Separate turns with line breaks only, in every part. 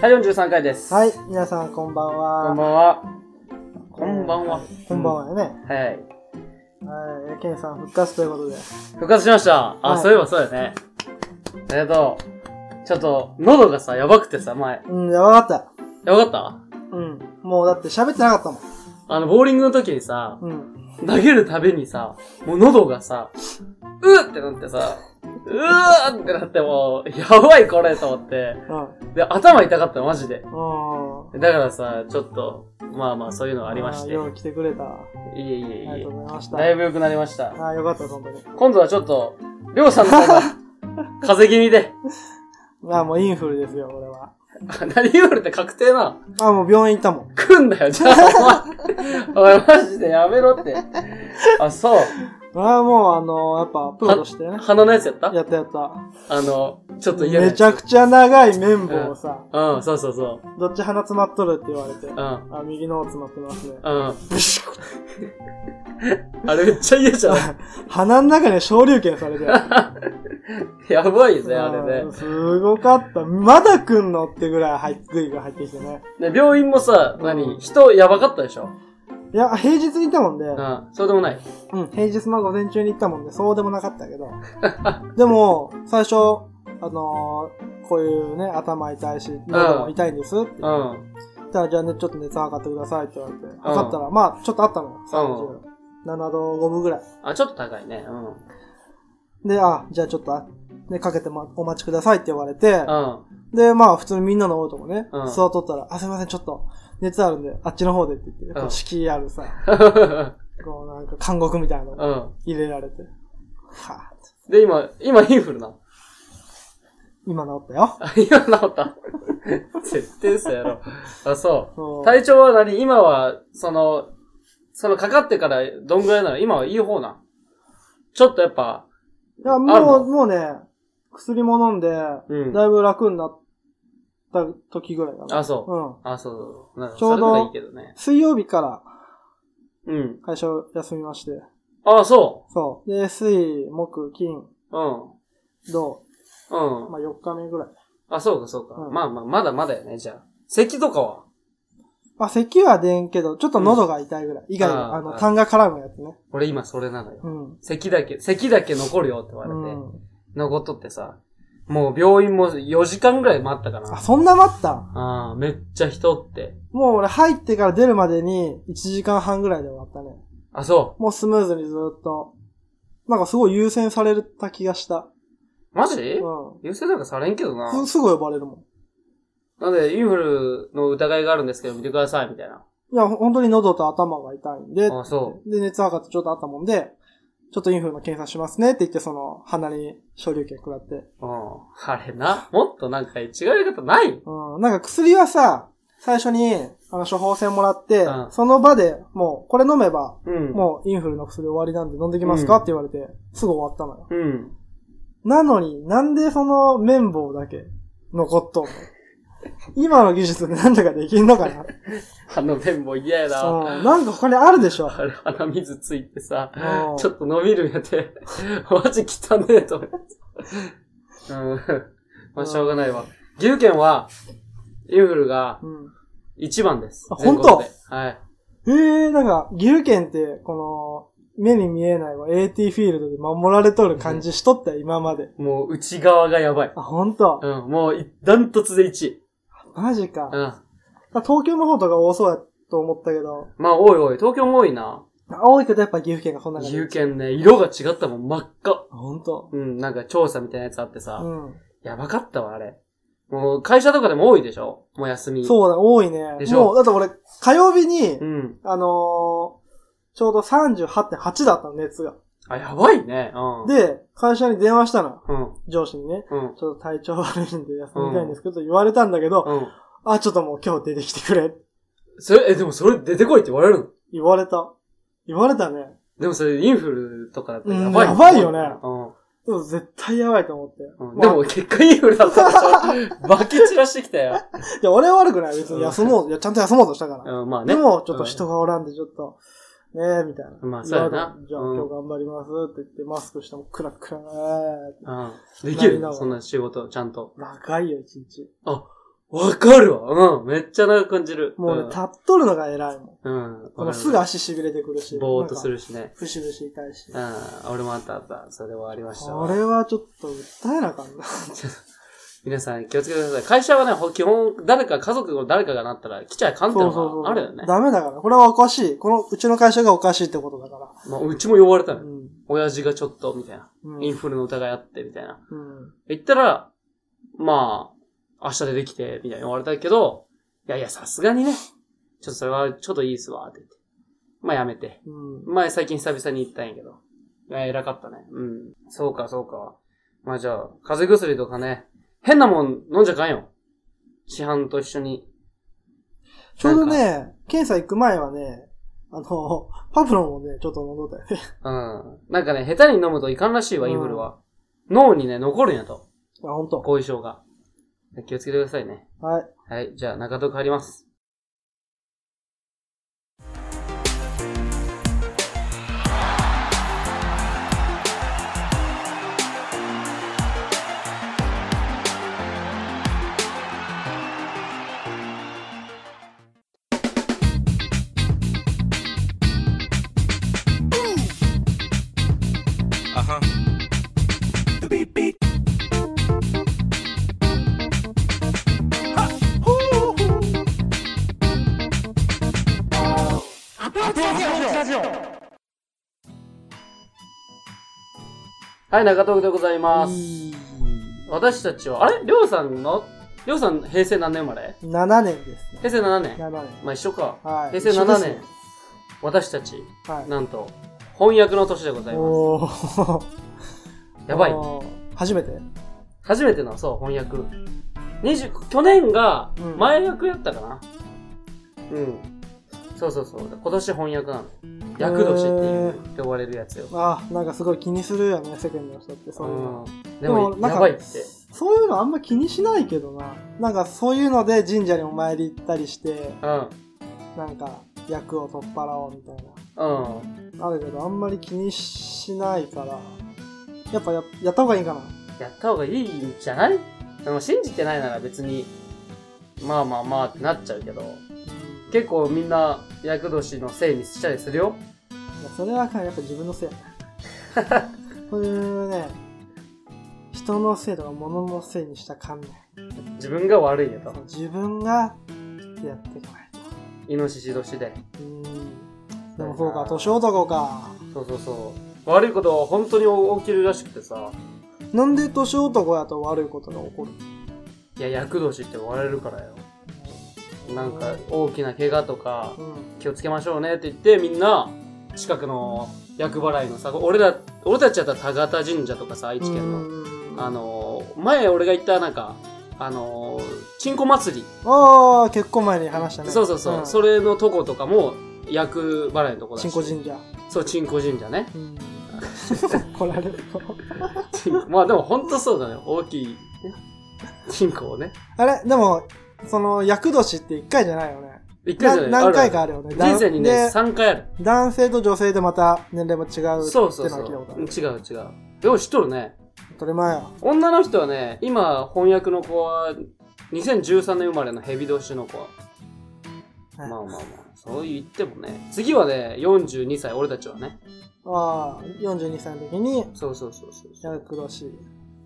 はい、43回です。
はい、皆さんこんばんは。
こんばんは。こんばんは。
こんばんはよね。
はい。
はい、ケンさん復活ということで。
復活しました。あ、
はい
そういえばそうだよね。えっと、ちょっと、喉がさ、やばくてさ、前。
うん、やばかっ。
やばかった
うん。もうだって喋ってなかったも
たあの、ボーリングの時にさ、
ん。うん。
投げるたびにさ、もう喉がさ、うーってなってさ、うーってなってもう、やばいこれと思って。
う
で、頭痛かったの、マジで。
ん。うん。
だからさ、ちょっと、まあまあ、そういうのありまして。い
よう来てくれた。あ
えいえ
り
い
が
え
とう。ございました。
だいぶ良くなりました。
ああ、よかった、本当に。
今度はちょっと、りょうさんの 方が、風邪気味で。
まあもうインフルですよ、俺は。
あ何言われて確定な。
あもう病院行ったもん。
来んだよ、じゃあ、お前。お前、マジでやめろって。あ、そう。
ああ、もうあのやっぱ、プロとしてね。
鼻のやつやった
やったやった。
あの、ちょっと嫌なや
め
つ
ちゃくちゃ長い綿棒をさ、
うん、そうそうそう。
どっち鼻詰まっとるって言われて。
うん。
あ、右の方詰まってますね。
うん。
ブシュッ
あれめっちゃ嫌じゃん。
鼻の中に昇竜拳されて。
やばいぜ、あれ
う
ね
ん。すごかった。まだ来んのってぐらい入って、グイグイ入ってきてね。
で、病院もさ、何人やばかったでしょ
いや、平日に行ったもんで、
うん。そうでもない。
うん、平日の午前中に行ったもんで、そうでもなかったけど。でも、最初、あのーこういうね、頭痛いし、喉も痛いんですって
う
言っ
ん。うん。
たら、じゃあね、ちょっと熱測ってくださいって言われて、測ったら、まあ、ちょっとあったのよ。37度5分ぐらい。
あ、ちょっと高いね。うん。うん。
で、あ、じゃあちょっと、あね、かけて、ま、お待ちくださいって言われて、で、まあ、普通にみんなのとこね、
うん
座っとったら、あ、すいません、ちょっと、熱あるんで、あっちの方でって言って、こ
うん
う、敷居あるさ、
う
こう、なんか、監獄みたいなの
ん。
入れられて。はぁ、
で、今、今インフルな。
今治ったよ。
あ、今治った。 絶対嘘やろ。あ、そう。
そう
体調は何今は、その、そのかかってからどんぐらいなの今はいい方なんちょっとやっぱ、
いや、
ある
も
の
う、もうね、薬も飲んで、
うん
だいぶ楽になった時ぐらいかな。
あ、そう。
うん。
あ、そうそう。なんか
ちょ
そうれ
ど
ならいいけどね。
水曜日から
うん。
会社を休みまして、
あ、そ
そう。で、水、木、金、
う。う
土、
ん。うん。
まあ、4日目ぐらい。
あ、そうか、そうか。
うん
まあまあ、まだまだよね、じゃあ。咳とかは
まあ、咳は出んけど、ちょっと喉が痛いぐらい。以外、
あー
あの、
はい
痰が絡むやつね。
俺今それなのよ。
うん。
咳だけ、咳だけ残るよって言われて、
うん、
残っとってさ、もう病院も4時間ぐらい待ったか
あ、
な。
そんな待った
ああ、めっちゃ人って。
もう俺入ってから出るまでに1時間半ぐらいで終わったね。
あ、そ
もうスムーズにずっと。なんかすごい優先された気がした。
う。マジ
う
優先なんかされんけどな。
ん。すすぐ呼ばれるも
なんで、インフルの疑いがあるんですけど、見てください、みたいな。
ん。いや、ほ本当に喉と頭が痛いんで、
あ、そ
で、熱測ってちょっとあったもんで、ちょっとインフルの検査しますねって言って、その、鼻に昇竜拳食らって。
う。うん。あれな。もっとなんか違うやり方ない
うん。なんか薬はさ、最初に、あの、処方箋もらって、
うん
その場でもう、これ飲めば、
うん。
もうインフルの薬終わりなんで飲んできますか、
うん
って言われて、すぐ終わったのよ。
う。うん。
なのに、なんでその綿棒だけ残っとんの今の技術でなんとかできんのかな
あの麺も嫌やな。
うん。なんか他にあるでしょ。
あれ、鼻水ついてさ、
うん
ちょっと伸びるんやて。 マジ汚ねえと思って。うん。まあ、しょうがないわ。牛県は、インフルが
うん。
一番です。
あ本当
全国ではい。
ええー、なんか、岐阜県って、この、目に見えないわ AT フィールドで守られとる感じしとったよ、今まで。
もう内側がやばい。
あ、ほんと。
うん。もうい、ダントツで1位。
マジか。だか
うん。
ら東京の方とか多そうやと思ったけど、
まあ、おいおい、東京も多いな。
多いけどやっぱ岐阜県がそんな感
岐
じ。
阜県ね、色が違ったもん、真っ赤。
あ、ほんと。
うん、なんか調査みたいなやつあってさ、
う
やばかったわ、あれ。もう、会社とかでも多いでしょもう休み。
ん。
う。
そうだ、多いね。
でしょ
もう、だって俺、火曜日に、
うん。
あのー、ちょうど38.8だったの、熱が。
あ、やばいね。うん。、
で、会社に電話したの。
うん、
上司にね。
うん、
ちょっと体調悪いんで休みたいんですけど、と言われたんだけど、
うん。
あ、ちょっともう今日出てきてくれ。
それ、え、でもそれ出てこいって言われるの
言われた。言われたね。
でもそれ、インフルとかだったらやばい、
うんやばいよねでも絶対やばいと思って。
うん。うん、
ま
で
あ
も、結果インフルだったでしょ バキ散らしてきたよ。
いや、俺は悪くない。別に休もう。いや、ちゃんと休もうとしたから。
うん、まあね。
でも、ちょっと人がおらんで、ちょっと、ねえ、みたいな。
まあそうやな
言われたじゃあ、
うん
今日頑張りますって言って、マスクしてもクラクラーって
うん。できる
なりながら
そんな仕事、ちゃんと。
長いよ、一日。
あ、わかるわ。うん。めっちゃ長く感じる。
もうね、
ん
立っとるのが偉いもん。
うん。
このすぐ足痺れてくるし。
ぼーっとす
る。
るしね。
ふしぶし痛いし。
うん。俺もあったあった。それはありましたわ。
これはちょっと訴えなあかんな。
皆さん気をつけてください。会社はね、ほ基本、誰か、家族の誰かがなったら来ちゃいかんって
そ
の
うそうそう。
があるよね。
ダメだから。これはおかしい。この、うちの会社がおかしいってことだか
まあ、うちも呼ばれた
ら。
の
う
よ。
ん。
親父がちょっと、みたいな。
うん。
インフルの疑いあって、みたいな。
うん。
言ったら、まあ、明日出てきて、みたいに言われたけど、いやいや、さすがにね、ちょっとそれはちょっといいっすわ、って言って。まあやめて。
うん。
まあ最近久々に行ったんやけど。いや、偉かったね。うん。そうか、そうか。まあじゃあ、風邪薬とかね、変なもん飲んじゃかんよ。市販と一緒に。
ちょうどね、検査行く前はね、あの、 パブロンもね、ちょっと飲んど ったよね。
うん。なんかね、下手に飲むといかんらしいわ、インフルは。脳にね、残るんやと。
あ、ほんと。
後遺症が。気をつけてくださいね。
はい。
はい、じゃあ中戸帰ります。
Uh-huh. The beat beat. Ha! Hoo, hoo. Attention!
はい、中東区でございます。
7
私たちは、あれりょうさんのりょうさん平成何年生まれ
年ですね。
平成7年。
7年。
まあ一緒か。
はい。
平成
一緒で
7
す
年
ね。。
私たち、
は
なんと、翻訳の年でござ
い。
います。
おー。
やばい。
おー。 初めて
初めての、そう、翻訳。20去年が
うん
前役やったかな。うん。そうそうそう。今年翻訳なの。役年っていう、って呼ばれるやつよ。
あ、なんかすごい気にするよね、世間の人って。そういうの。
うん。で
でも
も、
なんか
やばいって。
そういうのあんま気にしないけどな。なんかそういうので神社にお参り行ったりして、
うん。
なんか役を取っ払おうみたい
うん。
な。あるけど、あんまり気にしないから、やっぱややった方がいいかな。
やった方がいいんじゃないでも信じてないなら別に、まあまあまあってなっちゃうけど、結構みんな厄年のせいにしたりするよ。
いやそれはあかんやっぱ自分のせいやな。 そういうね、人のせいとか物のせいにしたらあかんねん
自分が悪いや
そう
と。
自分がやっていかないと。
イノシシ年で。
うん。でもそうか、年男か。
そうそうそう。悪いことは本当に起きるらしくてさ、
なんで年男やと悪いことが起こる
いや、厄年って言われるからよ。なんか大きな怪我とか
うん。
気をつけましょうねって言ってみんな近くの厄払いのさ、俺ら、俺たちやったら田形神社とかさ、愛知県の。
うん
あのー前俺が言ったなんか、あのー、チンコ祭り、
ああ、結婚前に話したね。
そうそうそう、
ん
それのとことかも、役払いのとこだし。
チンコ神社。
そう、チンコ神社ね。
うん 怒られると。
チンコまあでも本当そうだね。大きい、ね、チンコをね。
あれでも、その、厄年って一回じゃないよね。
一回じゃない
な何回か
あ
あ
る
るよね。
ある人生にね、
で
3回ある。
男性と女性でまた年齢も違うってのは
そうそうそ
聞いたこ
う
とあ。
うん
る。
違う違う。よう知っとるね。
当たり前よ。
女の人はね、今翻訳の子は、2013年生まれのヘビ年の子は。ま
は
あ
い
まあまあ、そう言ってもね。次はね、42歳、俺たちはね。
ああ、42歳の時に、
そうそうそうそうそう。
厄年。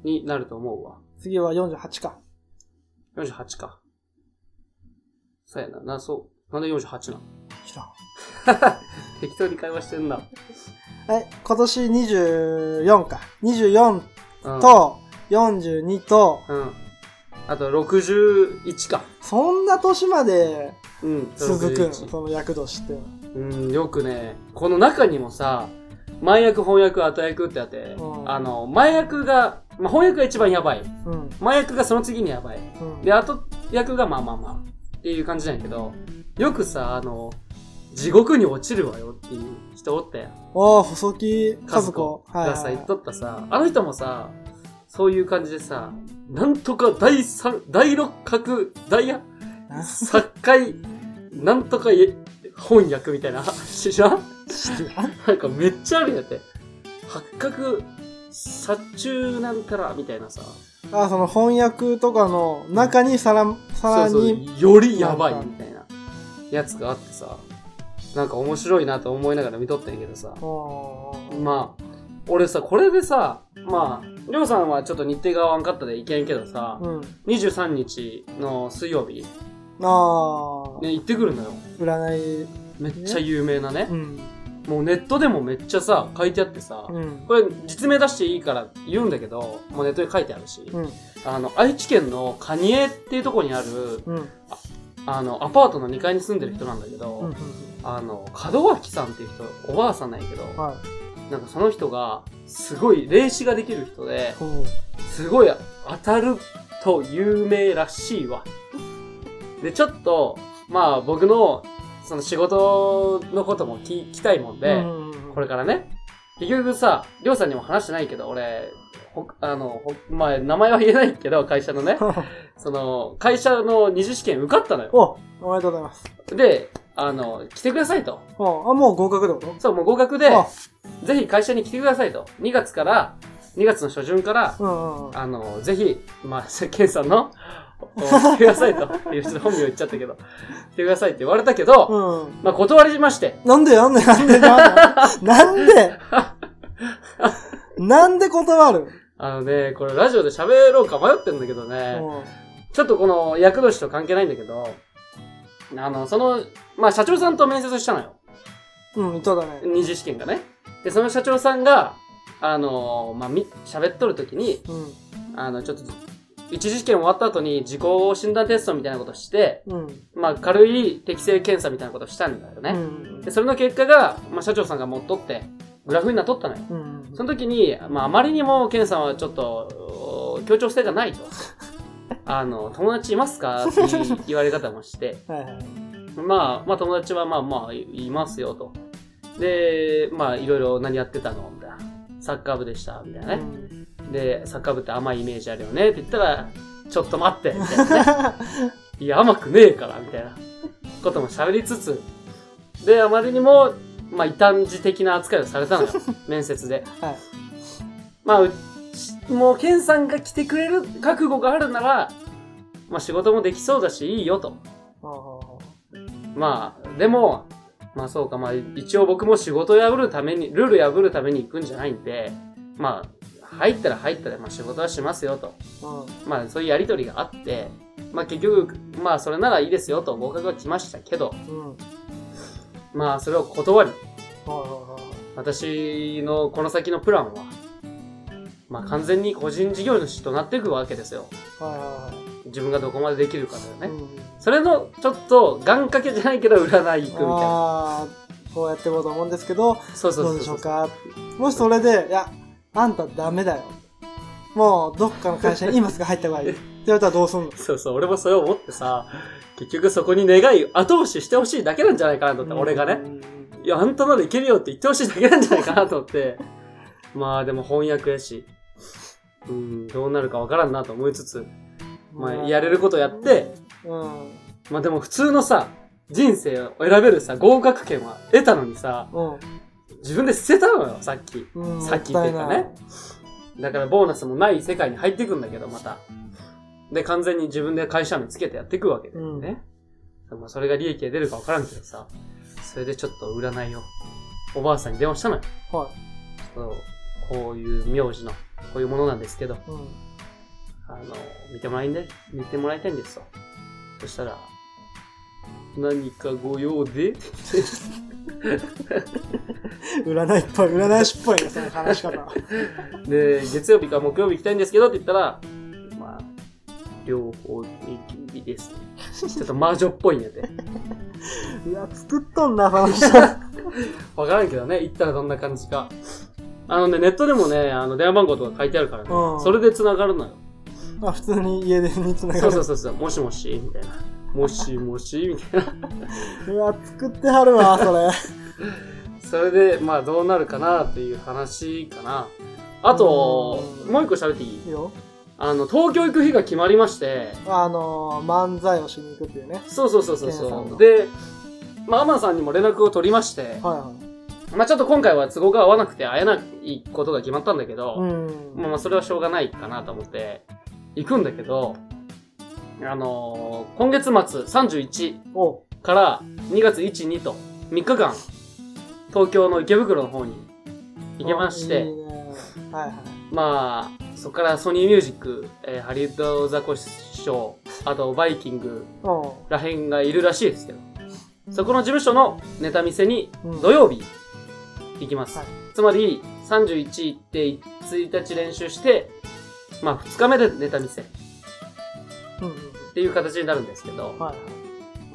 になると思うわ。
次は48か。
48か。そうやな。な、そう。なんで48なの
知らん。
適当に会話してんな。うん。
はい、今年24か。24と、42と、
うん。あと61か。
そんな年まで
うん。
続くん
61
その厄年っていうのは。
うん、よくね、この中にもさ、前役、翻訳、後役ってあって、
うん
あの、前役が、まあ、翻訳が一番やばい。
うん。
前役がその次にやばい。
うん
で、後役がまあまあまあ、っていう感じなんやけど、よくさ、あの、地獄に落ちるわよっていう人おったやん。
おー、細木和
和
子
子。
はい
が
は
さ、
い
言
は
っとったさ、あの人もさ、そういう感じでさ、なんとか第三、第六角、第や、 作界、なんとかえ翻訳みたいな、知らん
い。
なんかめっちゃあるんやって。八角、殺虫なんたらみたいなさ、
あ、その翻訳とかの中にさら、さらに、
そうそうよりやばいみたいなやつがあってさ、なんか面白いなと思いながら見とったんやけどさ、
うん
まあ、俺さ、これでさ、まあ、りょうさんはちょっと日程が合わんかったでいけんけどさ、
うん。
23日の水曜日、
ああ、
ね、行ってくるのよ。
占い、
めっちゃ有名なね
う。ん。
もうネットでもめっちゃさ、書いてあってさ、
うん。
これ実名出していいから言うんだけど、もうネットに書いてあるし、
うん。
あの、愛知県の蟹江っていうとこにある、
うん。
あの、アパートの2階に住んでる人なんだけど、
うん。
あの、門脇さんっていう人、おばあさんなんやけど、
はい。
なんかその人が、すごい霊視ができる人で、
ほう。
すごい当たると有名らしいわ。で、ちょっと、まあ僕の、その仕事のことも聞きたいもんで、
うんうんうん
これからね。結局さ、りょうさんにも話してないけど、俺、ほあの、ほまあ、名前は言えないけど、会社のね、その、会社の二次試験受かったのよ。
お、おめでとうございます。
で、あの、来てくださいと。
おあ、もう合格ってこ
そう、もう合格で、
と
ぜひ会社に来てくださいと。2月から、2月の初旬から、
あ、うんうんうん。
あの、ぜひ、まあ、ケンさんの、お来てくださいと。いやちょっと本名言っちゃったけど、来てくださいって言われたけど、
うん。
まあ、断りまして。
なんでなんでなんでなんでなんで断る
あのね、これラジオで喋ろうか迷ってんだけど
う
ね、
ん
ちょっとこの役年と関係ないんだけど、あの、その、まあ、社長さんと面接したのよ。
うん、言っただね。
二次試験がね。で、その社長さんが、あの、まあ、み、喋っとるときに、
うん。
あの、ちょっと、一次試験終わった後に自己診断テストみたいなことして、
うん。
まあ、軽い適性検査みたいなことしたんだよね。
うん
で、それの結果が、まあ、社長さんが持っとって、グラフになっとったのよ。
うん。
その時に、まあ、あまりにも、ケンさんはちょっと、お協調性がないと。あの、友達いますかっていう言われ方もして、
はいはい。
まあ、まあ、友達はまあまあ、いいますよと。で、まあ、いろいろ何やってたのみたいな。サッカー部でした、みたいな
う
ね。
ん
で、サッカー部って甘いイメージあるよねって言ったら、ちょっと待って、みたい な、ね。いや、甘くねえから、みたいなことも喋りつつ、で、あまりにも、まあ、異端児的な扱いをされたのよ。面接で。
はい
まあうし、もう、ケンさんが来てくれる覚悟があるなら、まあ、仕事もできそうだし、いいよと。
ああ
まあ、でも、まあそうか、まあ一応僕も仕事を破るために、ルール破るために行くんじゃないんで、まあ、入ったら入ったら、まあ仕事はしますよと。
うん。
まあそういうやりとりがあって、まあ結局、まあそれならいいですよと合格は来ましたけど、
うん。
まあそれを断り、
はいはいはい
私のこの先のプランは、まあ完全に個人事業主となっていくわけですよ。
はいは
自分がどこまでできるかだ
いはい。
よね。
うん
それの、ちょっと、願掛けじゃないけど、占い行くみたいな。
ああ、こうやっていこうと思うんですけど、
そうそう
ど
そうそう
うでしょうかもしそれで、いや、あんたダメだよ。もう、どっかの会社に 今すぐ入った方がいい。って言われたらどうすんの
そうそう、俺もそれを思ってさ、結局そこに願い、後押ししてほしいだけなんじゃないかなと思って、俺がね。。いや、あんたならいけるよって言ってほしいだけなんじゃないかなと思って。まあ、でも翻訳やし、うん、どうなるかわからんなと思いつつ、まあ、やれることやって、
うん。
まあでも普通のさ、人生を選べるさ、合格権は得たのにさ、
うん。
自分で捨てたのよ、さっき。
うん。
さっき言ってた
もい
ね。だからボーナスもない世界に入っていくんだけど、また。で、完全に自分で会社名つけてやっていくわけだよね。まあ、それが利益が出るかわからんけどさ。それでちょっと占いを、おばあさんに電話したのよ。
ない。は
そのこういう名字の、こういうものなんですけど、
い。うん。
あの、見てもらいんで、見てもらいたいんですと。そしたら、何かご用で
占いっぽい、占い師っぽいね、その話し方。
で、月曜日か木曜日行きたいんですけどって言ったら、まあ、両方いいですね。ちょっと魔女っぽいんやで。
いや、作っとんな、話した。
わからんけどね、行ったらどんな感じか。あのね、ネットでもね、あの、電話番号とか書いてあるからね
う、ん
それで繋がる のよ。
まあ、普通に家でに繋が
そう
る。
そうそうそう、もしもし、みたい な。もしもし、みたいな。
うわ、作ってはるわ、それ。
それで、まあ、どうなるかなっていう話かな。あと、
うん
もう一個喋っていい
いいよ。
あの、東京行く日が決まりまして、
あの、漫才をしに行くっていうね。
そうそうそうそう
ケンさん
そ
の
う。で、まあ、アマンさんにも連絡を取りまして、
はいはい。
まあちょっと今回は都合が合わなくて会えないことが決まったんだけど、
うん。
まあまあそれはしょうがないかなと思って行くんだけど、あのー今月末31
お
から2月1、2と3日間、東京の池袋の方に行けまして、
いいねはいはい。
まあ、そこからソニーミュージック、えーハリウッドザコシショウ、あとバイキング
う
らへんがいるらしいですけど、そこの事務所のネタ見せに
ん。うん
土曜日行きます。
はい
つまり、31行って1日練習して、まあ2日目でネタ見せっ
うん
ていう形になるんですけど
うん。、はいは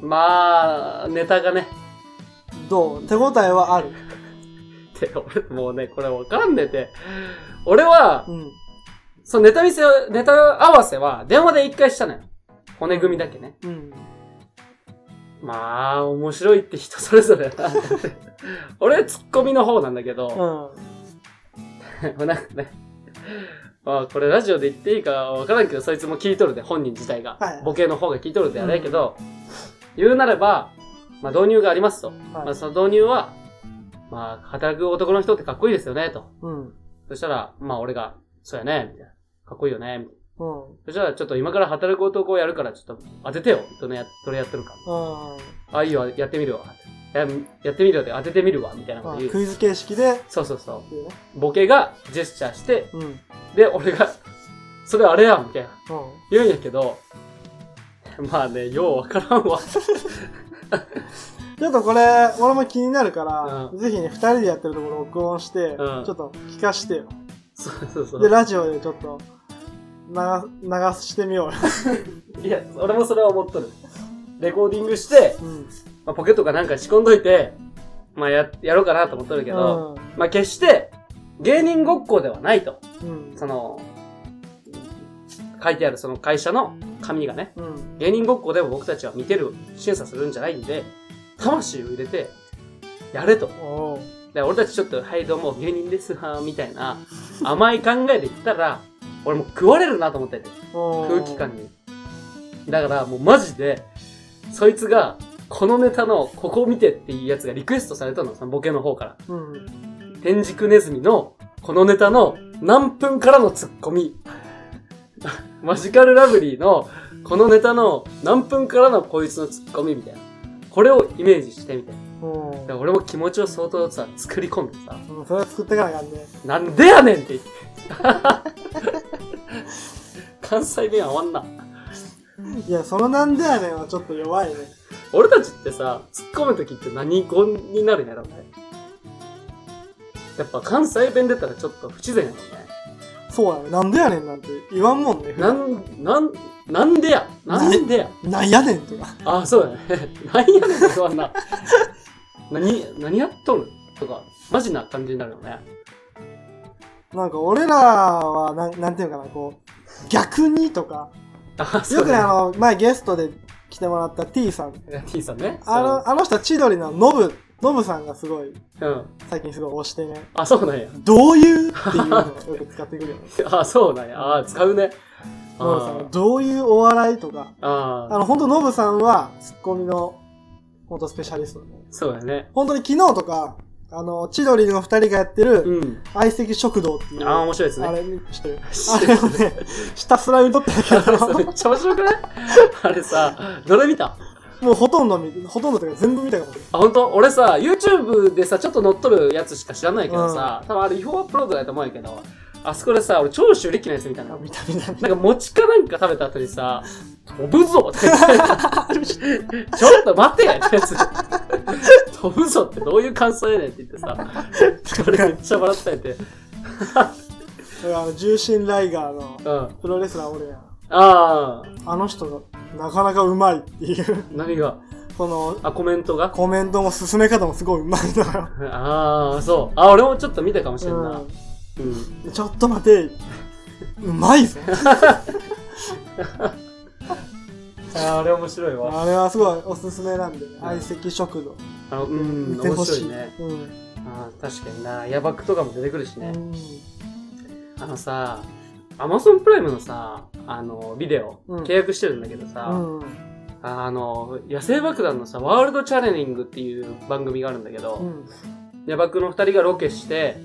まあ、ネタがね、
い。どう手応えはある。
って俺もうね、これわかんねて、俺は
う、ん。
そのネタ見せ、ネタ合わせは電話で一回したのよ。骨組みだけね。
うん。
まあ、面白いって人それぞれ だな俺はツッコミの方なんだけ
う
ど、
ん。
なんかね、まあ、これラジオで言っていいかわからんけど、そいつも聞いとるで、本人自体が。
はい
ボケの方が聞いとるであれやけど、言うなれば、まあ導入がありますと。ま
は
あ
い。
その導入は、まあ、働く男の人ってかっこいいですよね、と。
うん。
そしたら、まあ俺が、そうやね、みたいな。かっこいいよね、みたいな。
うん。うん。
そしたら、ちょっと今から働く男をやるから、ちょっと当ててよ。どれや、どれやってるか。あ、いいよ、やってみるわ。ややってみるよって当ててみるわ、みたいなこと
あ
言う。
クイズ形式で、
そうそうそう。ボケがジェスチャーして、
うん。うん。
で、俺が、それあれやん、みたいな。言うんやけど、まあね、ようわからんわ。
ちょっとこれ、俺も気になるから、
う
ぜひね、二人でやってるところを録音して、ちょ
ん
っと聞かしてよ。
そうそうそ
で、
う。
ラジオでちょっと、流す、流してみようよ。
いや、俺もそれは思っとる。レコーディングして、
うん。
まあ、ポケットかなんか仕込んどいて、まあや、やろうかなと思っとるけど、まあ決して、芸人ごっこではないと。
うん。
その、書いてあるその会社の紙がね、
うん。
芸人ごっこでも僕たちは見てる、審査するんじゃないんで、魂を入れて、やれと。
おう
で俺たちちょっと、はい、どうも、芸人ですは、みたいな、甘い考えで言ったら、俺もう食われるなと思ってて、
おう
空気感に。だから、もうマジで、そいつが、このネタの、ここを見てっていうやつがリクエストされたの、そのボケの方から。
うん。
天竺ネズミの、このネタの、何分からのツッコミ。 マジカルラブリーの、このネタの、何分からのこいつのツッコミみたいな。これをイメージしてみたいな。
お
で
う
俺も気持ちを相当さ、作り込んでさ、
うん。それは作ってかなあかんね。
なんでやねんって言って。関西弁合わんな。
いや、そのなんでやねんはちょっと弱いね。
俺たちってさ、突っ込むときって何語になるんやろうね。やっぱ関西弁出たらちょっと不自然やもんね。
そうやね。なんでやねんなんて言わんもんね。
なん、なん、なんでやなんでや
なんやねんとか。
あ、そうだね。 なんやねん、そんな。何、何やっとるとか、マジな感じになるよね。
なんか俺らはなん、なんていうのかな、こう、逆にとか。
あ、そ
よ
う
くね、
だ
あ
ね。
の、前ゲストで来てもらった T さん。
T さんね。
あの、あの人は千鳥のノブ、ノブさんがすごい、
そううん。
最近すごい推してね。
あ、そうなんや。
どういうっていうのをよく使ってくるよね。
あ、そうなんや。あ、使うね。
ノブさん
あ
がどういうお笑いとか。
あ
あ。の、ほんとノブさんは、ツッコミの、ほんとスペシャリストだね。
そうだね。
本当に昨日とか、あの、千鳥の二人がやってる、
うん。
相席食堂っていう。
ああ、面白いですね。
あれ、知ってる。
知っ
あ
て
れ
る
をね、 ひたすら見とったんやけ
あれめ
ど、
っちゃ面白くないあれさ、どれ見た
もうほとんど見、ほとんどというか全部見たかもしれ
あ、本当俺さ、YouTube でさ、ちょっと乗っとるやつしか知らないけどさ、多分あれ違法アップロードだと思うんやけど、あそこでさ、俺超収力なやつ見た
ない。あ
の。
見た 見た見
なんか餅かなんか食べた後にさ、飛ぶぞって言ってた ちょっと待てやってやつ。飛ぶぞってどういう感想やねんって言って さ、俺めっちゃ笑ったんやって。
た。だからあの、重心ライガーの
うん。あ
プロレスラー俺やん。
あー、
あの人が、なかなかうまいっていう、
何が、
その、
あ、コメントが
コメントも進め方もすごいうまいのよ。
ああ、そう。あ、俺もちょっと見たかもしれんな。
う
うん
ん。ちょっと待て。うまいぞ。
ああれ面白いわ。
あれはすごいおすすめなんで、相席食堂。
あのうん、
見て
面
ほ
白
しい。
いね。
うん。
あー確かにな。ヤバくとかも出てくるしね。
う
あのさ、アマゾンプライムのさ、あの、ビデオ、
うん
契約してるんだけどさ、
ん。うん。
あの、野生爆弾のさ、ワールドチャレンジングっていう番組があるんだけど、
うん。
ネバクの二人がロケして、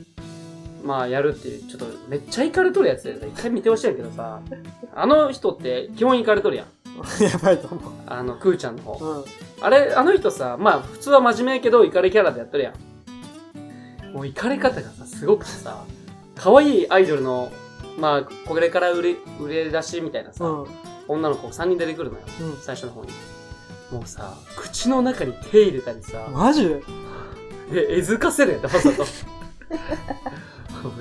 まあやるっていう、ちょっとめっちゃイカれとるやつでさ、一回見てほしいんやけどさ、あの人って基本イカれとるやん。
やばいと思
あの、クーちゃんの方。
う。うん。
あれ、あの人さ、まあ普通は真面目やけど、イカれキャラでやってるやん。もうイカれ方がさ、すごくてさ、可愛いアイドルの、まあ、これから売れ、売れ出しみたいなさ、
うん。うん。
女の子3人出てくるのよ。最初の方に。もうさ、口の中に手入れたりさ、
マジ
え、えずかせるやん、わざと。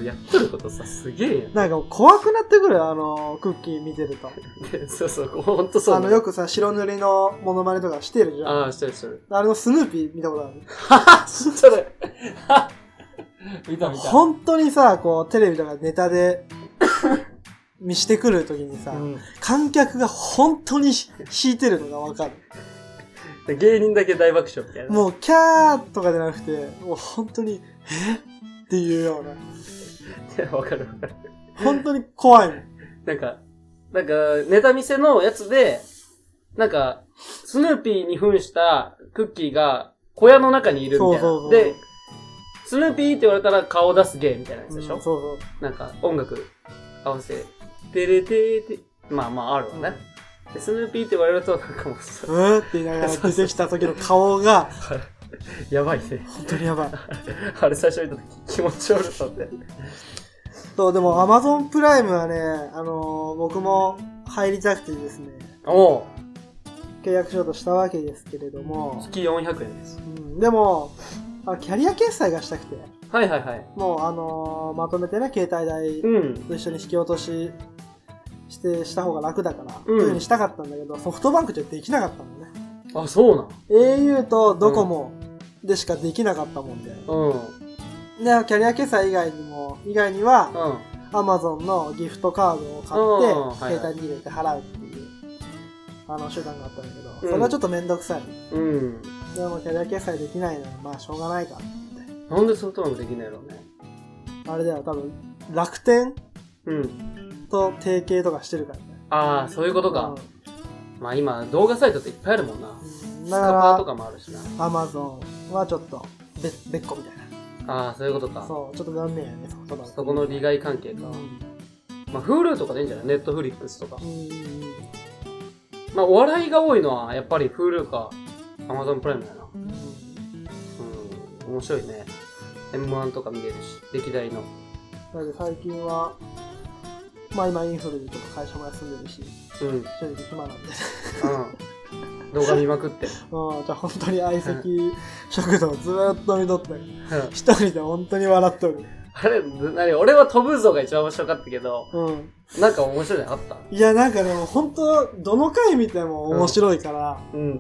やっとることさ、すげえやん。
なんか怖くなってくる、あの、クッキー見てると。
でそうそう、こうほんとそう。
あの、よ
く。
くさ、白塗りのモノマネとかしてるじゃん。
ああ、してるしてる。
あれのスヌーピー見たことある。
はは知っとる。 は見た見た。
本当にさ、こう、テレビとかネタ で見してくるときにさ、
うん
観客が本当に引いてるのがわかる。
で芸人だけ大爆笑みたいな。
もう、キャーとかじゃなくて、もう本当に、えっていうよう な。
う、わかるわかる。
本当に怖いもん。
なんか、なんか、ネタ見せのやつで、なんか、スヌーピーに扮したクッキーが小屋の中にいるみたいな。
そうそうそう
で、スヌーピーって言われたら顔出す芸みたいなやつでしょ、
うんそうそう。
なんか音楽合わせ、てれてて、まあまああるわね。で、スヌーピーって言われると、なんかもうさ、
うーって言いながら出てきた時の顔が、
やばいね。
本当にやばい。
あれ最初見た時気持ち悪さって。
そう、でも Amazon プライムはね、あのー僕も入りたくてですね、
おう
契約しようとしたわけですけれども、
月400円です
う。ん、でも、あキャリア決済がしたくて、
はいはいはい。
もうあのーまとめてね、携帯代
うん。
と一緒に引き落としして、した方が楽だから、
うん
というふうにしたかったんだけど、ソフトバンクじゃできなかったのね。
あ、そうなん
au とドコモでしかできなかったもんで、で、
うん。
キャリア決済以外にも、以外には、
うん。
アマゾンのギフトカード
うん
を
は
買
い
って、携帯に入れて払うっていう、あの、手段があったんだけど、
うん
それはちょっとめんどくさい。
うん。
でも、キャリア決済できないのは、まあ、しょうがないか。
なんでソフトバンクできないやろうね。
あれだよ、多分、楽天
うん。
と提携とかしてるからね。
ああ、そういうことか。まあ今、動画サイトっていっぱいあるもんな。
うん。
ス
だ
カパーと
か
かもあるしな。
ら、アマゾンはちょっと、別、別個みたい
ああ、そういうこと
な。
か。
そう、ちょっと残念やね、ソフトバンク
そこの利害関係
う
か
ん。。
まあ Hulu とかでいいんじゃないネットフリックスとか
う。ん。
まあ、お笑いが多いのは、やっぱり Hulu か Amazon プライムだな。うん、面白いね。M1 とか見れるし、歴代の。
だけど最近は、まあ今インフルでちょっと会社も休んでるし、
うん、うん。
正直暇なんで。
動画見まくって。
うん、じゃあ本当に相席食堂ずーっと見とって、
うん
一人で本当に笑っとる。
あれ、なに俺は飛ぶぞが一番面白かったけど、
うん。
なんか面白いのあった
いや、なんかでも本当、どの回見ても面白いから、
うん。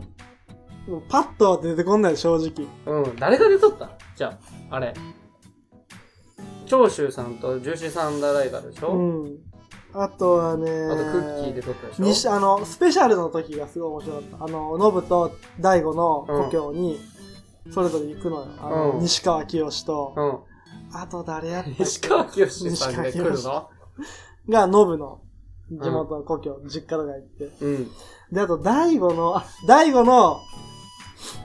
もうパッとは出てこんない、正直。
うん。誰が出とったじゃあ、あれ。長州さんとジューシーサンダーライガーでしょ、
うん。あとはね、
あとクッキーで撮ったでしょ
にしあの、スペシャルの時がすごい面白かった。あの、ノブと大悟の故郷に、それぞれ行くのよ。あの、
うん
西川きよしと、
うん。
あと誰やったっけ
西川きよしさんが来る
西
の
がノブの地元の故郷、実家とか行って。
うん。
で、あと、大悟の、あ、大悟の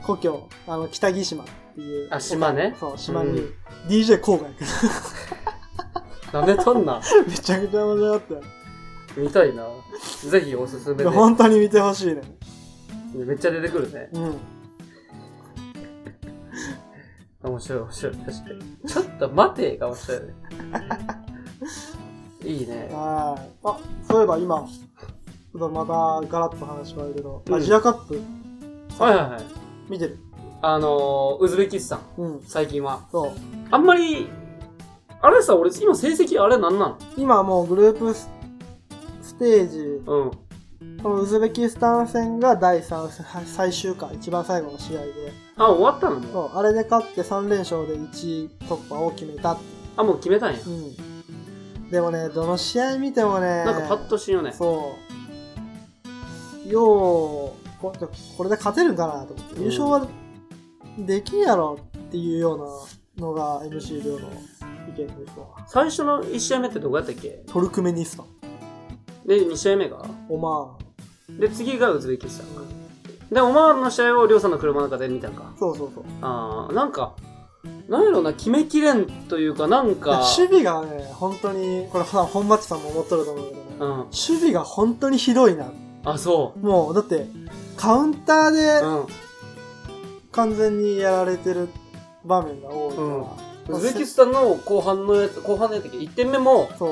故郷、あの、北木島っていう。
あ島ね
そう、島に、
うん
DJ 郊外
なめとんな。
めちゃくちゃ面白かっ
見たいな。ぜひおすすめ
た
で
よ。。本当に見てほしいね。
めっちゃ出てくるね。
うん。
面白い面白い。確かに。ちょっと待てが面白いね。いいね。
はい。あ、そういえば今、ちょっとまたガラッと話変わるけど、
うん
アジアカップ
はいはいはい。
見てる。
あのー、ウズベキスタン、
うん。
最近は。
そう。
あんまり、あれさ、俺今成績あれなんな
今もうグループスステージ、
のうん。
このウズベキスタン戦が第3、最終回、一番最後の試合で、
あ、終わったのもう。
そう、あれで勝って3連勝で1位突破を決めた。
あ、もう決めたんや。
うん。でもね、どの試合見てもね、
なんかパッとしんよね。
そう。よう、ここれで勝てるんかなと思って、
うん
優勝はできんやろっていうようなのが MC 寮の意見ですわ。
最初の1試合目ってどこやったっけ
トルクメニスタン、
で、2試合目が
オマーン。
で、次がウズベキスタンか。で、オマールの試合をりょうさんの車の中で見たんか。
そうそうそう。
あー、なんか、なんやろうな、決めきれんというか、なん
いや
か、
守備がね、本当に、これ、ほら本町さんも思っとると思うけどね、
うん。
守備が本当にひどいな。
あ、そ
もう、だって、カウンタ
う。
ーで
う
完全にやられてる場面が多いから、
ん。ウズベキスタンの後半のやつ、後半のやつだっけ、1点目も、
そう。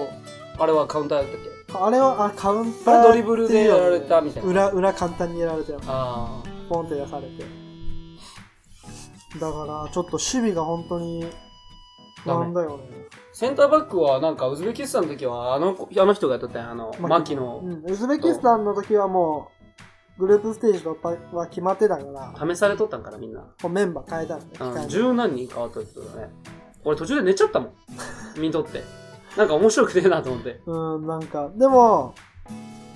あれはカウンターだったっけ
あれは、あ、カウンタ
あ
ー
れドリブルでやられたみたいな
裏、裏簡単にやられたよ。
ああ。
ポンって出されて。だから、ちょっと守備が本当に、
ダメ
なんだよね。
センターバックは、なんか、ウズベキスタンの時は、あの子、あの人がやっとったやんあの、
マキ
マキの
う、ん。ウズベキスタンの時はもう、グループステージ突破は決まってたから、
試されとったんから、みんな。
もうメンバー変えたんで、
う
控
ん、
えて
十何人変わったってことだね。俺途中で寝ちゃったもん。 見とって。なんか面白くねえなと思って。
うん、なんか、でも、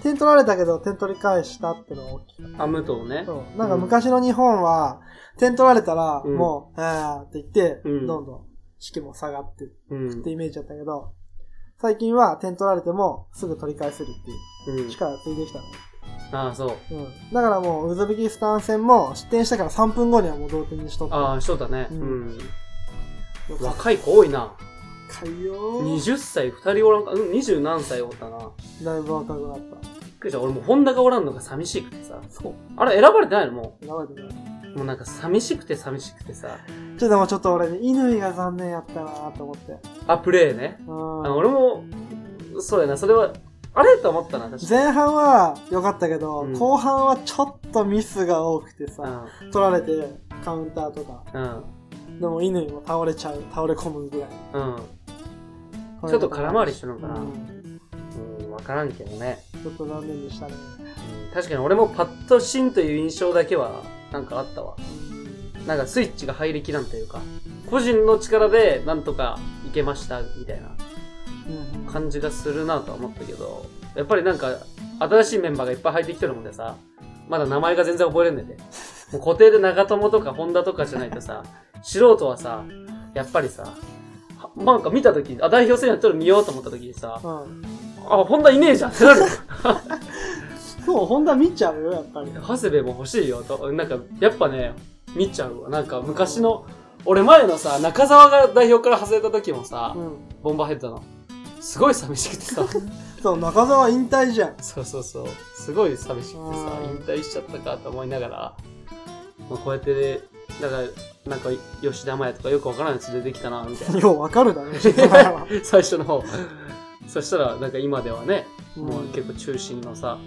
点取られたけど点取り返したってのは大きい。
アムトをね。
そうなんか昔の日本は、点取られたら、
うん
もう、あーって言って、
うん
どんどん士気も下がってっ
うん。
てイメージだったけど、最近は点取られてもすぐ取り返せるっていう
うん。
力がついてきたのね。
ああ、そう。
うん。だからもう、ウズベキスタン戦も失点してから3分後にはもう同点にしとった。
ああ、しとったね。
う
うんん。
よかっ
若い子多いな。
たよー。
20歳、2人おらんか、うん、20何歳おったな。
だいぶ若くなった。
びっくりした。俺もうホンダがおらんのが寂しくてさ。そう。あれ、選ばれてないのも
やばいね。
う。もうなんか寂しくて寂しくてさ。
ちょっともうちょっと俺ね、乾が残念やったなーと思って。
あ、プレーね。
うん。
あ俺も、そうやな、それは、あれと思ったな、確かに。
前半は良かったけど、
うん
後半はちょっとミスが多くて
う
さ、
ん。
取られてカウンターとか、
うん。
でも乾も倒れちゃう、倒れ込むぐらい。
うん。ちょっと空回りしてるのかな。
う
うんん、わからんけどね。
ちょっと残念でしたね。
うん確かに俺もパッとシンという印象だけは、なんかあったわ。なんかスイッチが入りきらんというか、個人の力でなんとかいけました、みたいな
うん
感じがするなとは思ったけど、やっぱりなんか、新しいメンバーがいっぱい入ってきてるもんでさ、まだ名前が全然覚えれんねんで。もう固定で長友とか本田とかじゃないとさ、素人はさ、やっぱりさ、はなんか見たとき、あ、代表戦やっとる見ようと思ったときにさ、
うん。
あ、本田いねえじゃんってなる。
そう、ホンダ見ちゃうよ、やっぱり。
長谷部も欲しいよとなんかやっぱね見ちゃうわなんか昔の俺前のさ中澤が代表から外れた時もさ
うん。
ボンバーヘッドのすごい寂しくてさ
そう、中澤引退じゃん。
そうそうそうすごい寂しくてさ
う
引
ん
退しちゃったかと思いながら、まあ、こうやってねだからなんか吉田麻也とかよくわからないやつ出てきたなみたいな
ようわかるだね、
最初の方そしたらなんか今ではね、もう
うん
結構中心のさ、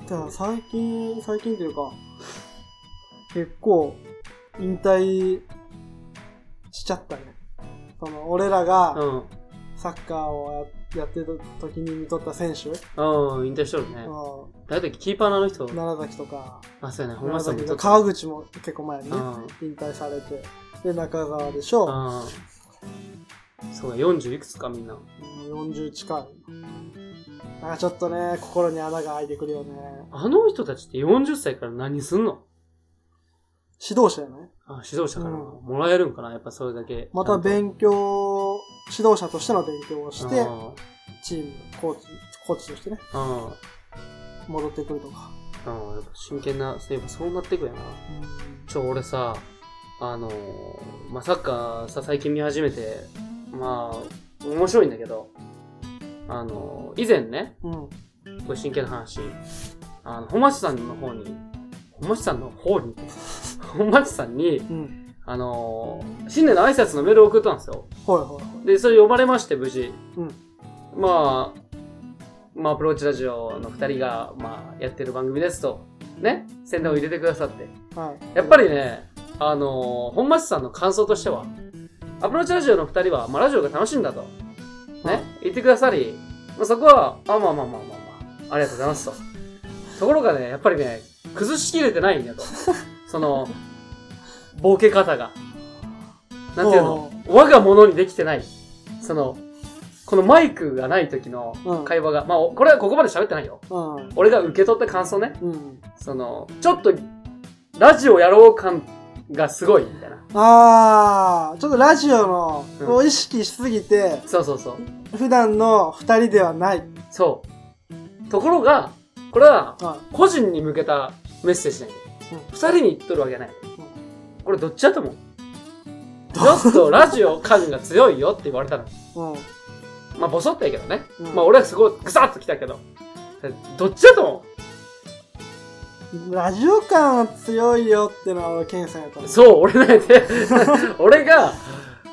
うん、
ただ最近、最近というか、結構、引退しちゃったね。その、俺ら
う
が
ん
サッカーをややってた時に見とった選手、
うん、引退しとるね。
う
だいたいキーパーのあの人
ん、、奈良崎とか、
あ、そうやね、本間
奈
さん
良
も
崎
ちょ
と
っと。
川口も結構前に
う
ね、
ん。
引退されて、で、中澤でしょ、
うん。そうや、40いくつかみんな。
40近い。なんかちょっとね、心に穴が開いてくるよね。
あの人たちって40歳から何すんの
指導者やね。
あ指導者からな、
う
もらえるんかなやっぱそれだけ。
また
ち
勉強、指導者としての勉強を
ゃ
し
んと
て、チームのコーチ、コーチとしてね、
うん。うん。うん。
戻ってくるとか。
やっぱ真剣な、そういえばそうなってくやな。ちょ、俺さ、あのーまあ、サッカーさ、最近見始めて、まあ、面白いんだけど、あのー以前ね、
うん。
これ真剣な話。あの、本町さんの方に、本町さんの方に、 本町さんに、
うん。
あのー新年の挨拶のメールを送ったんですよ。
ほいほいほい。
で、それ呼ばれまして、無事。
うん
まあ、まあ、アプローチラジオの二人が、まあ、やってる番組ですと、ね、宣伝を入れてくださって。
はい。
やっぱりね、あのー本町さんの感想としては、アプローチラジオの二人は、まあ、ラジオが楽しいんだと、ね、言ってくださり、まあ、そこは、あ、まあまあまあまあまあ、ありがとうございますと。ところがね、やっぱりね、崩しきれてないんだと。その、ボケ方が。なんていうの我が物にできてない。その、このマイクがない時の
うん
会話が、まあ、おこれはここまで喋ってないよ。
う
俺が受け取った感想ね。
ん。うん。
その、ちょっと、ラジオやろう感がすごい、みたいな。
あー、ちょっとラジオの、
うん
を意識しすぎて、
そうそうそう。
普段の二人ではない。
そう。ところが、これは、
あ
個人に向けたメッセージなんだよ
うん
二人に言っとるわけない。これどっちだと思うちょっとラジオ感が強いよって言われたの。
うん。
まあ、ボソッとやけどね。
うん
まあ、俺はすごいグサッと来たけど。どっちだと思
ラジオ感強いよってのは俺、ケンさんやと
う
思う。
そう、俺なんやて。 俺が、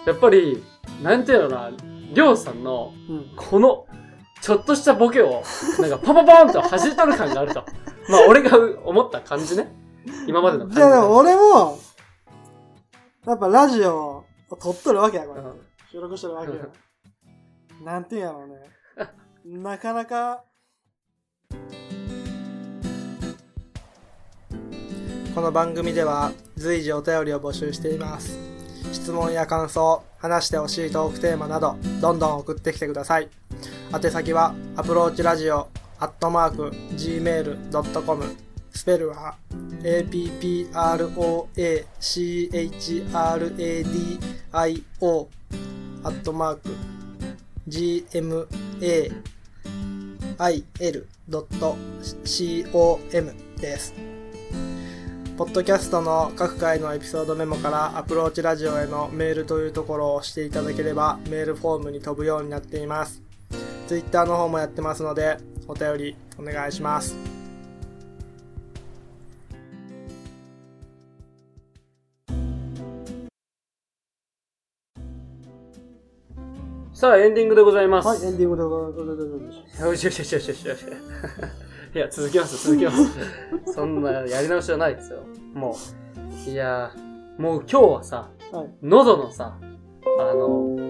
やっぱり、なんていうのかな、りょうさんの、
うん。
この、ちょっとしたボケを、なんかパパパーンと弾いとる感があると。まあ、俺が思った感じね。今までの感じ。
じゃあでも俺も、やっぱラジオを撮っとるわけや、これ。収録してるわけや。 なんていうんやろうね。 なかなか、この番組では随時お便りを募集しています。質問や感想、話してほしいトークテーマなど、どんどん送ってきてください。宛先は、アプローチラジオ、アットマーク、gmail.com、スペルは、approachradio、アットマーク、gmail.com です。ポッドキャストの各回のエピソードメモからアプローチラジオへのメールというところを押していただければメールフォームに飛ぶようになっています。ツイッターの方もやってますのでお便りお願いします。
さあ、エンディングでございます。
ンディングでございます。
よしよしよしよしよしよ し。いや、続きます、続き ます。そんな、やり直しはないですよ。もう。いやー、もう今日はさ、
はい
喉のさ、あの、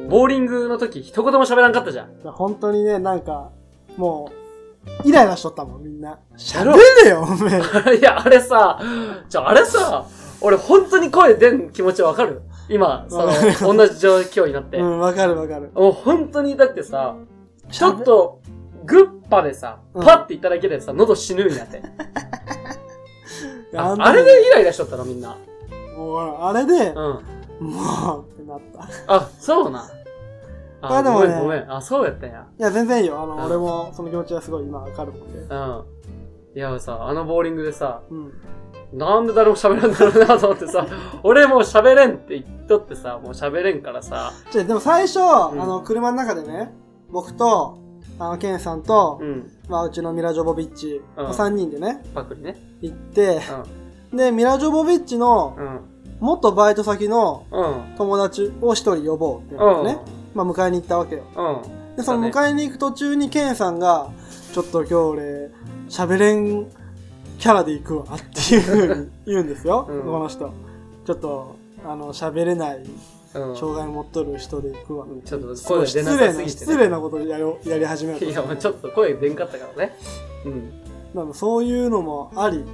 ボーリングの時、一言も喋らんかったじゃん。
いや本当にね、なんか、もう、イライラしとったもん、みんな。
喋
出ねえよ、おめえ。
いや、あれさ、ちょ、あれさ、俺本当に声出ん気持ちわかる今、そ
わかる
の、同じ状況になって。
うん、わかるわかる。
もう本当に、だってさ、ちょっ
喋、
と、グッパでさ、
うん
パって言っただけでさ、喉死ぬんやって。あ
ん
あれでイライラしとったの、みんな。
もうほら、あれで、
うん。
もう、ってなった。い
あ、そうなん。
これ
あ、
でも
ご
ね
めんごめん。あ、そうやったんや。
や、全然いいよ。あの、
うん
俺も、その気持ちはすごい今わかるもんで。
うん。いやさ、あのボーリングでさ、
うん。
なんで誰も喋らんだろうなと思って さ、俺もう喋れんって言っとってさ、もう喋れんからさ、
じゃでも最初、
ん
あの、車の中でね、僕と、あの、ケンさんと、
うん、
まあ、うちのミラ・ジョボビッチ、
うん
3人でね、
パクリね。
行って、
う
で、ミラ・ジョボビッチの
ん、、うん、
元バイト先の
うん、
友達を一人呼ぼうって
う
なっ
ん、
てね、まあ、迎えに行ったわけよ。
うん。
で、その迎えに行く途中にケンさんが、ちょっと今日俺、喋れんキャラで行くわっていうふうに言うんですよ、
うん
この人。ちょっと、あの、喋れない、
うん
障害持っとる人で行くわ。
ちょっと
すご
声
い失
出な
礼
さ
な、
すぎて、
失礼なことやよやり始め
い
る
や、もうちょっと声出んかったからね。うん。
と。なんかそういうのもあり。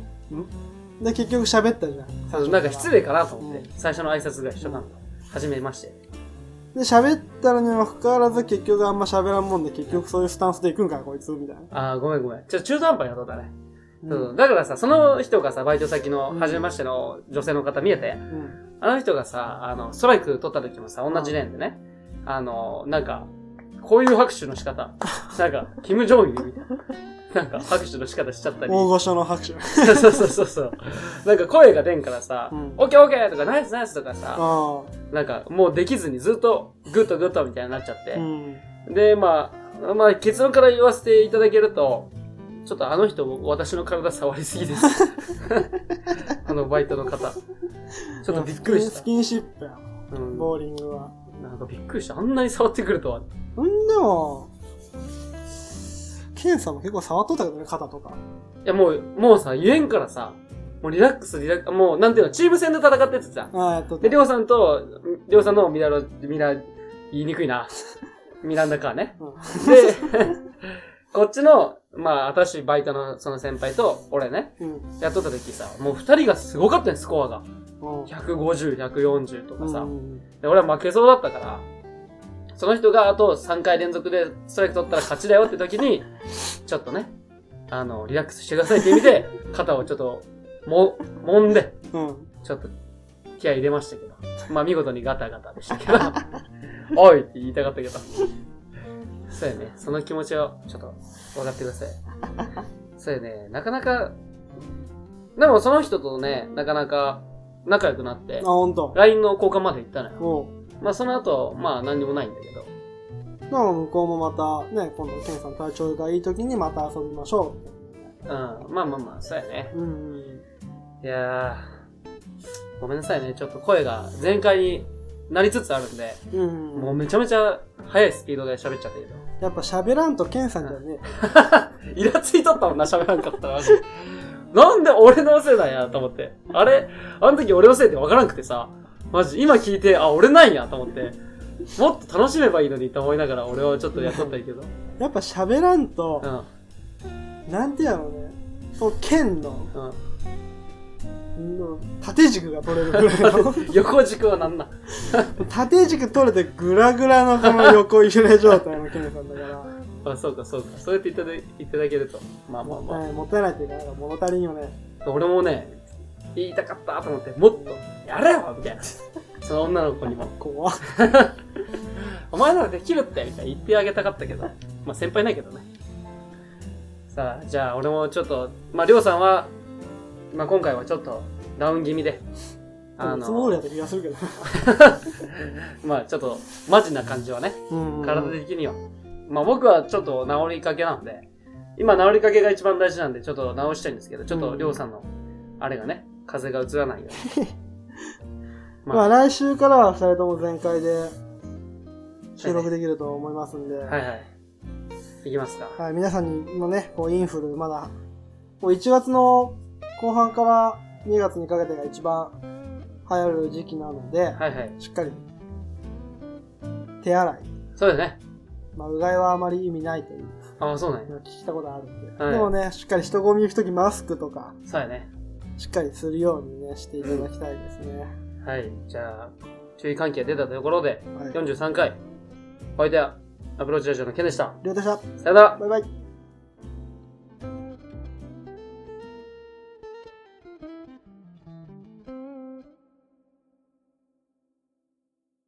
で、結局喋ったじゃん。最初ら
なんか失礼かなと思って
う、
最初の挨拶が一緒なの。はじめまして。
で、喋ったのにもかかわらず結局あんま喋らんもんで、結局そういうスタンスで行くんか、こいつ、みたい
あー、ごめんごめん。ちょっと中途半端に当たったね。
な。
そうだからさ、その人がさ、バイト先
う
の
ん
初めましての女性の方見えて、
うん。
あの人がさ、あの、ストライク取った時もさ、同じレーンでね、あの、なんか、こういう拍手の仕方、なんか、キム・ジョンユみたいな、なんか拍手の仕方しちゃったり、
大御所の拍手。
そうそうそうそう、なんか声が出んからさ、
うん
オッケーオッケーとか、ナイスナイスとかさ、
あ
なんかもうできずにずっとグッとグッとみたいになっちゃって
あ。う、ん。
で、まあ、まあ結論から言わせていただけると、ちょっとあの人、私の体触りすぎです。あのバイトの方。ちょっとびっくりし
ス
た。
キンスキンシップや
うん、
ボーリングは。
なんかびっくりした。あんなに触ってくるとは。
うん、でも、ケンさんも結構触っとったけどね、肩とか。
いやもう、もうさ、言えんからさ、もうリラックス、リラックス、もうなんていうの、チーム戦で戦っててさ。
ああ、やっとった
で、りょうさんと、りょうさんのミラロ、ミラ、言いにくいな。 ミランダカーね。
うん
で、こっちの、まあ、新しいバイトのその先輩と、俺ね、
うん。
やっとった時さ、もう二人がすごかったね、スコアが。
うん
150、140とかさ。
うん
で、俺は負けそうだったから、その人があと3回連続でストライク取ったら勝ちだよって時に、ちょっとね、あの、リラックスしてくださいって意味で、肩をちょっと、も、揉んで、
うん。
ちょっと、気合い入れましたけど。まあ見事にガタガタでしたけど、 おいって言いたかったけど。そうやね、その気持ちをちょっと分かってください。そうやね、なかなか、でもその人とね、なかなか仲良くなって
あ、、ほんと。
LINE の交換まで行ったのよ。
おう
まあその後、まあ何にもないんだけど。
だから向こうもまた、ね、今度、ケンさん体調がいい時にまた遊びましょ
うん。まあまあまあ、そうやね。
う。うん。
いやー、ごめんなさいね。ちょっと声が全開になりつつあるんで、
うん。
もうめちゃめちゃ速いスピードで喋っちゃったけど。
やっぱ喋らんとケンさんだよね。
イラついとったもんな、喋らんかったら、マジでなんで俺のせいなんや、と思って。あれあの時俺のせいってわからんくてさ、マジ、今聞いて、あ、俺なんや、と思って。もっと楽しめばいいのにと思いながら俺はちょっとやっとったんやけど。
やっぱ喋らんと
う、ん、
なんてやろうね。そのケンの、
うん。
の縦軸が取れるぐらいの。
横軸はなんなん
縦軸取れてグラグラのこの横揺れ状態のケンさんだ から。
あ、そうか、そうか。そうやっていただいただけると。まあまあ
もっ
まあ
た。いない、もったいないっていうか、なんか物足りんよね。
俺もね、言いたかったと思って、もっと、やれよみたいな。その女の子にも、
怖っ
お前ならできるってみたいな言ってあげたかったけど、まあ先輩ないけどね。さあ、じゃあ俺もちょっと、まありょうさんは、まあ今回はちょっとダウン気味で、あ
いつも
の、
通りやった気がするけど。
まあちょっとマジな感じはね、
うん
体的には。まあ僕はちょっと治りかけなので、今治りかけが一番大事なんで、ちょっと治したいんですけど、ちょっとりょうさんの、あれがね、風邪がうつらないように。
まあ、来週からは二人とも全開で収録できると思いますんで、
は
はい
いはい。いきますか。
はい、皆さんにもね、こうインフル、まだ、こう1月の後半から2月にかけてが一番流行る時期なので、
はいはい。
しっかり手洗い、
そうだね。
まあ、うがいはあまり意味ないという
ああ、そうなんや。
のを聞いたことあるんで、
はい
でもね、しっかり人混み行くときマスクとか、
そうやね。
しっかりするようにね、していただきたいですね。
はい。じゃあ、注意喚起が出たところで、
はい。
43回、お相手は、アプローチラジオのケンでした。
りょうでした。
さよなら
バイバイ。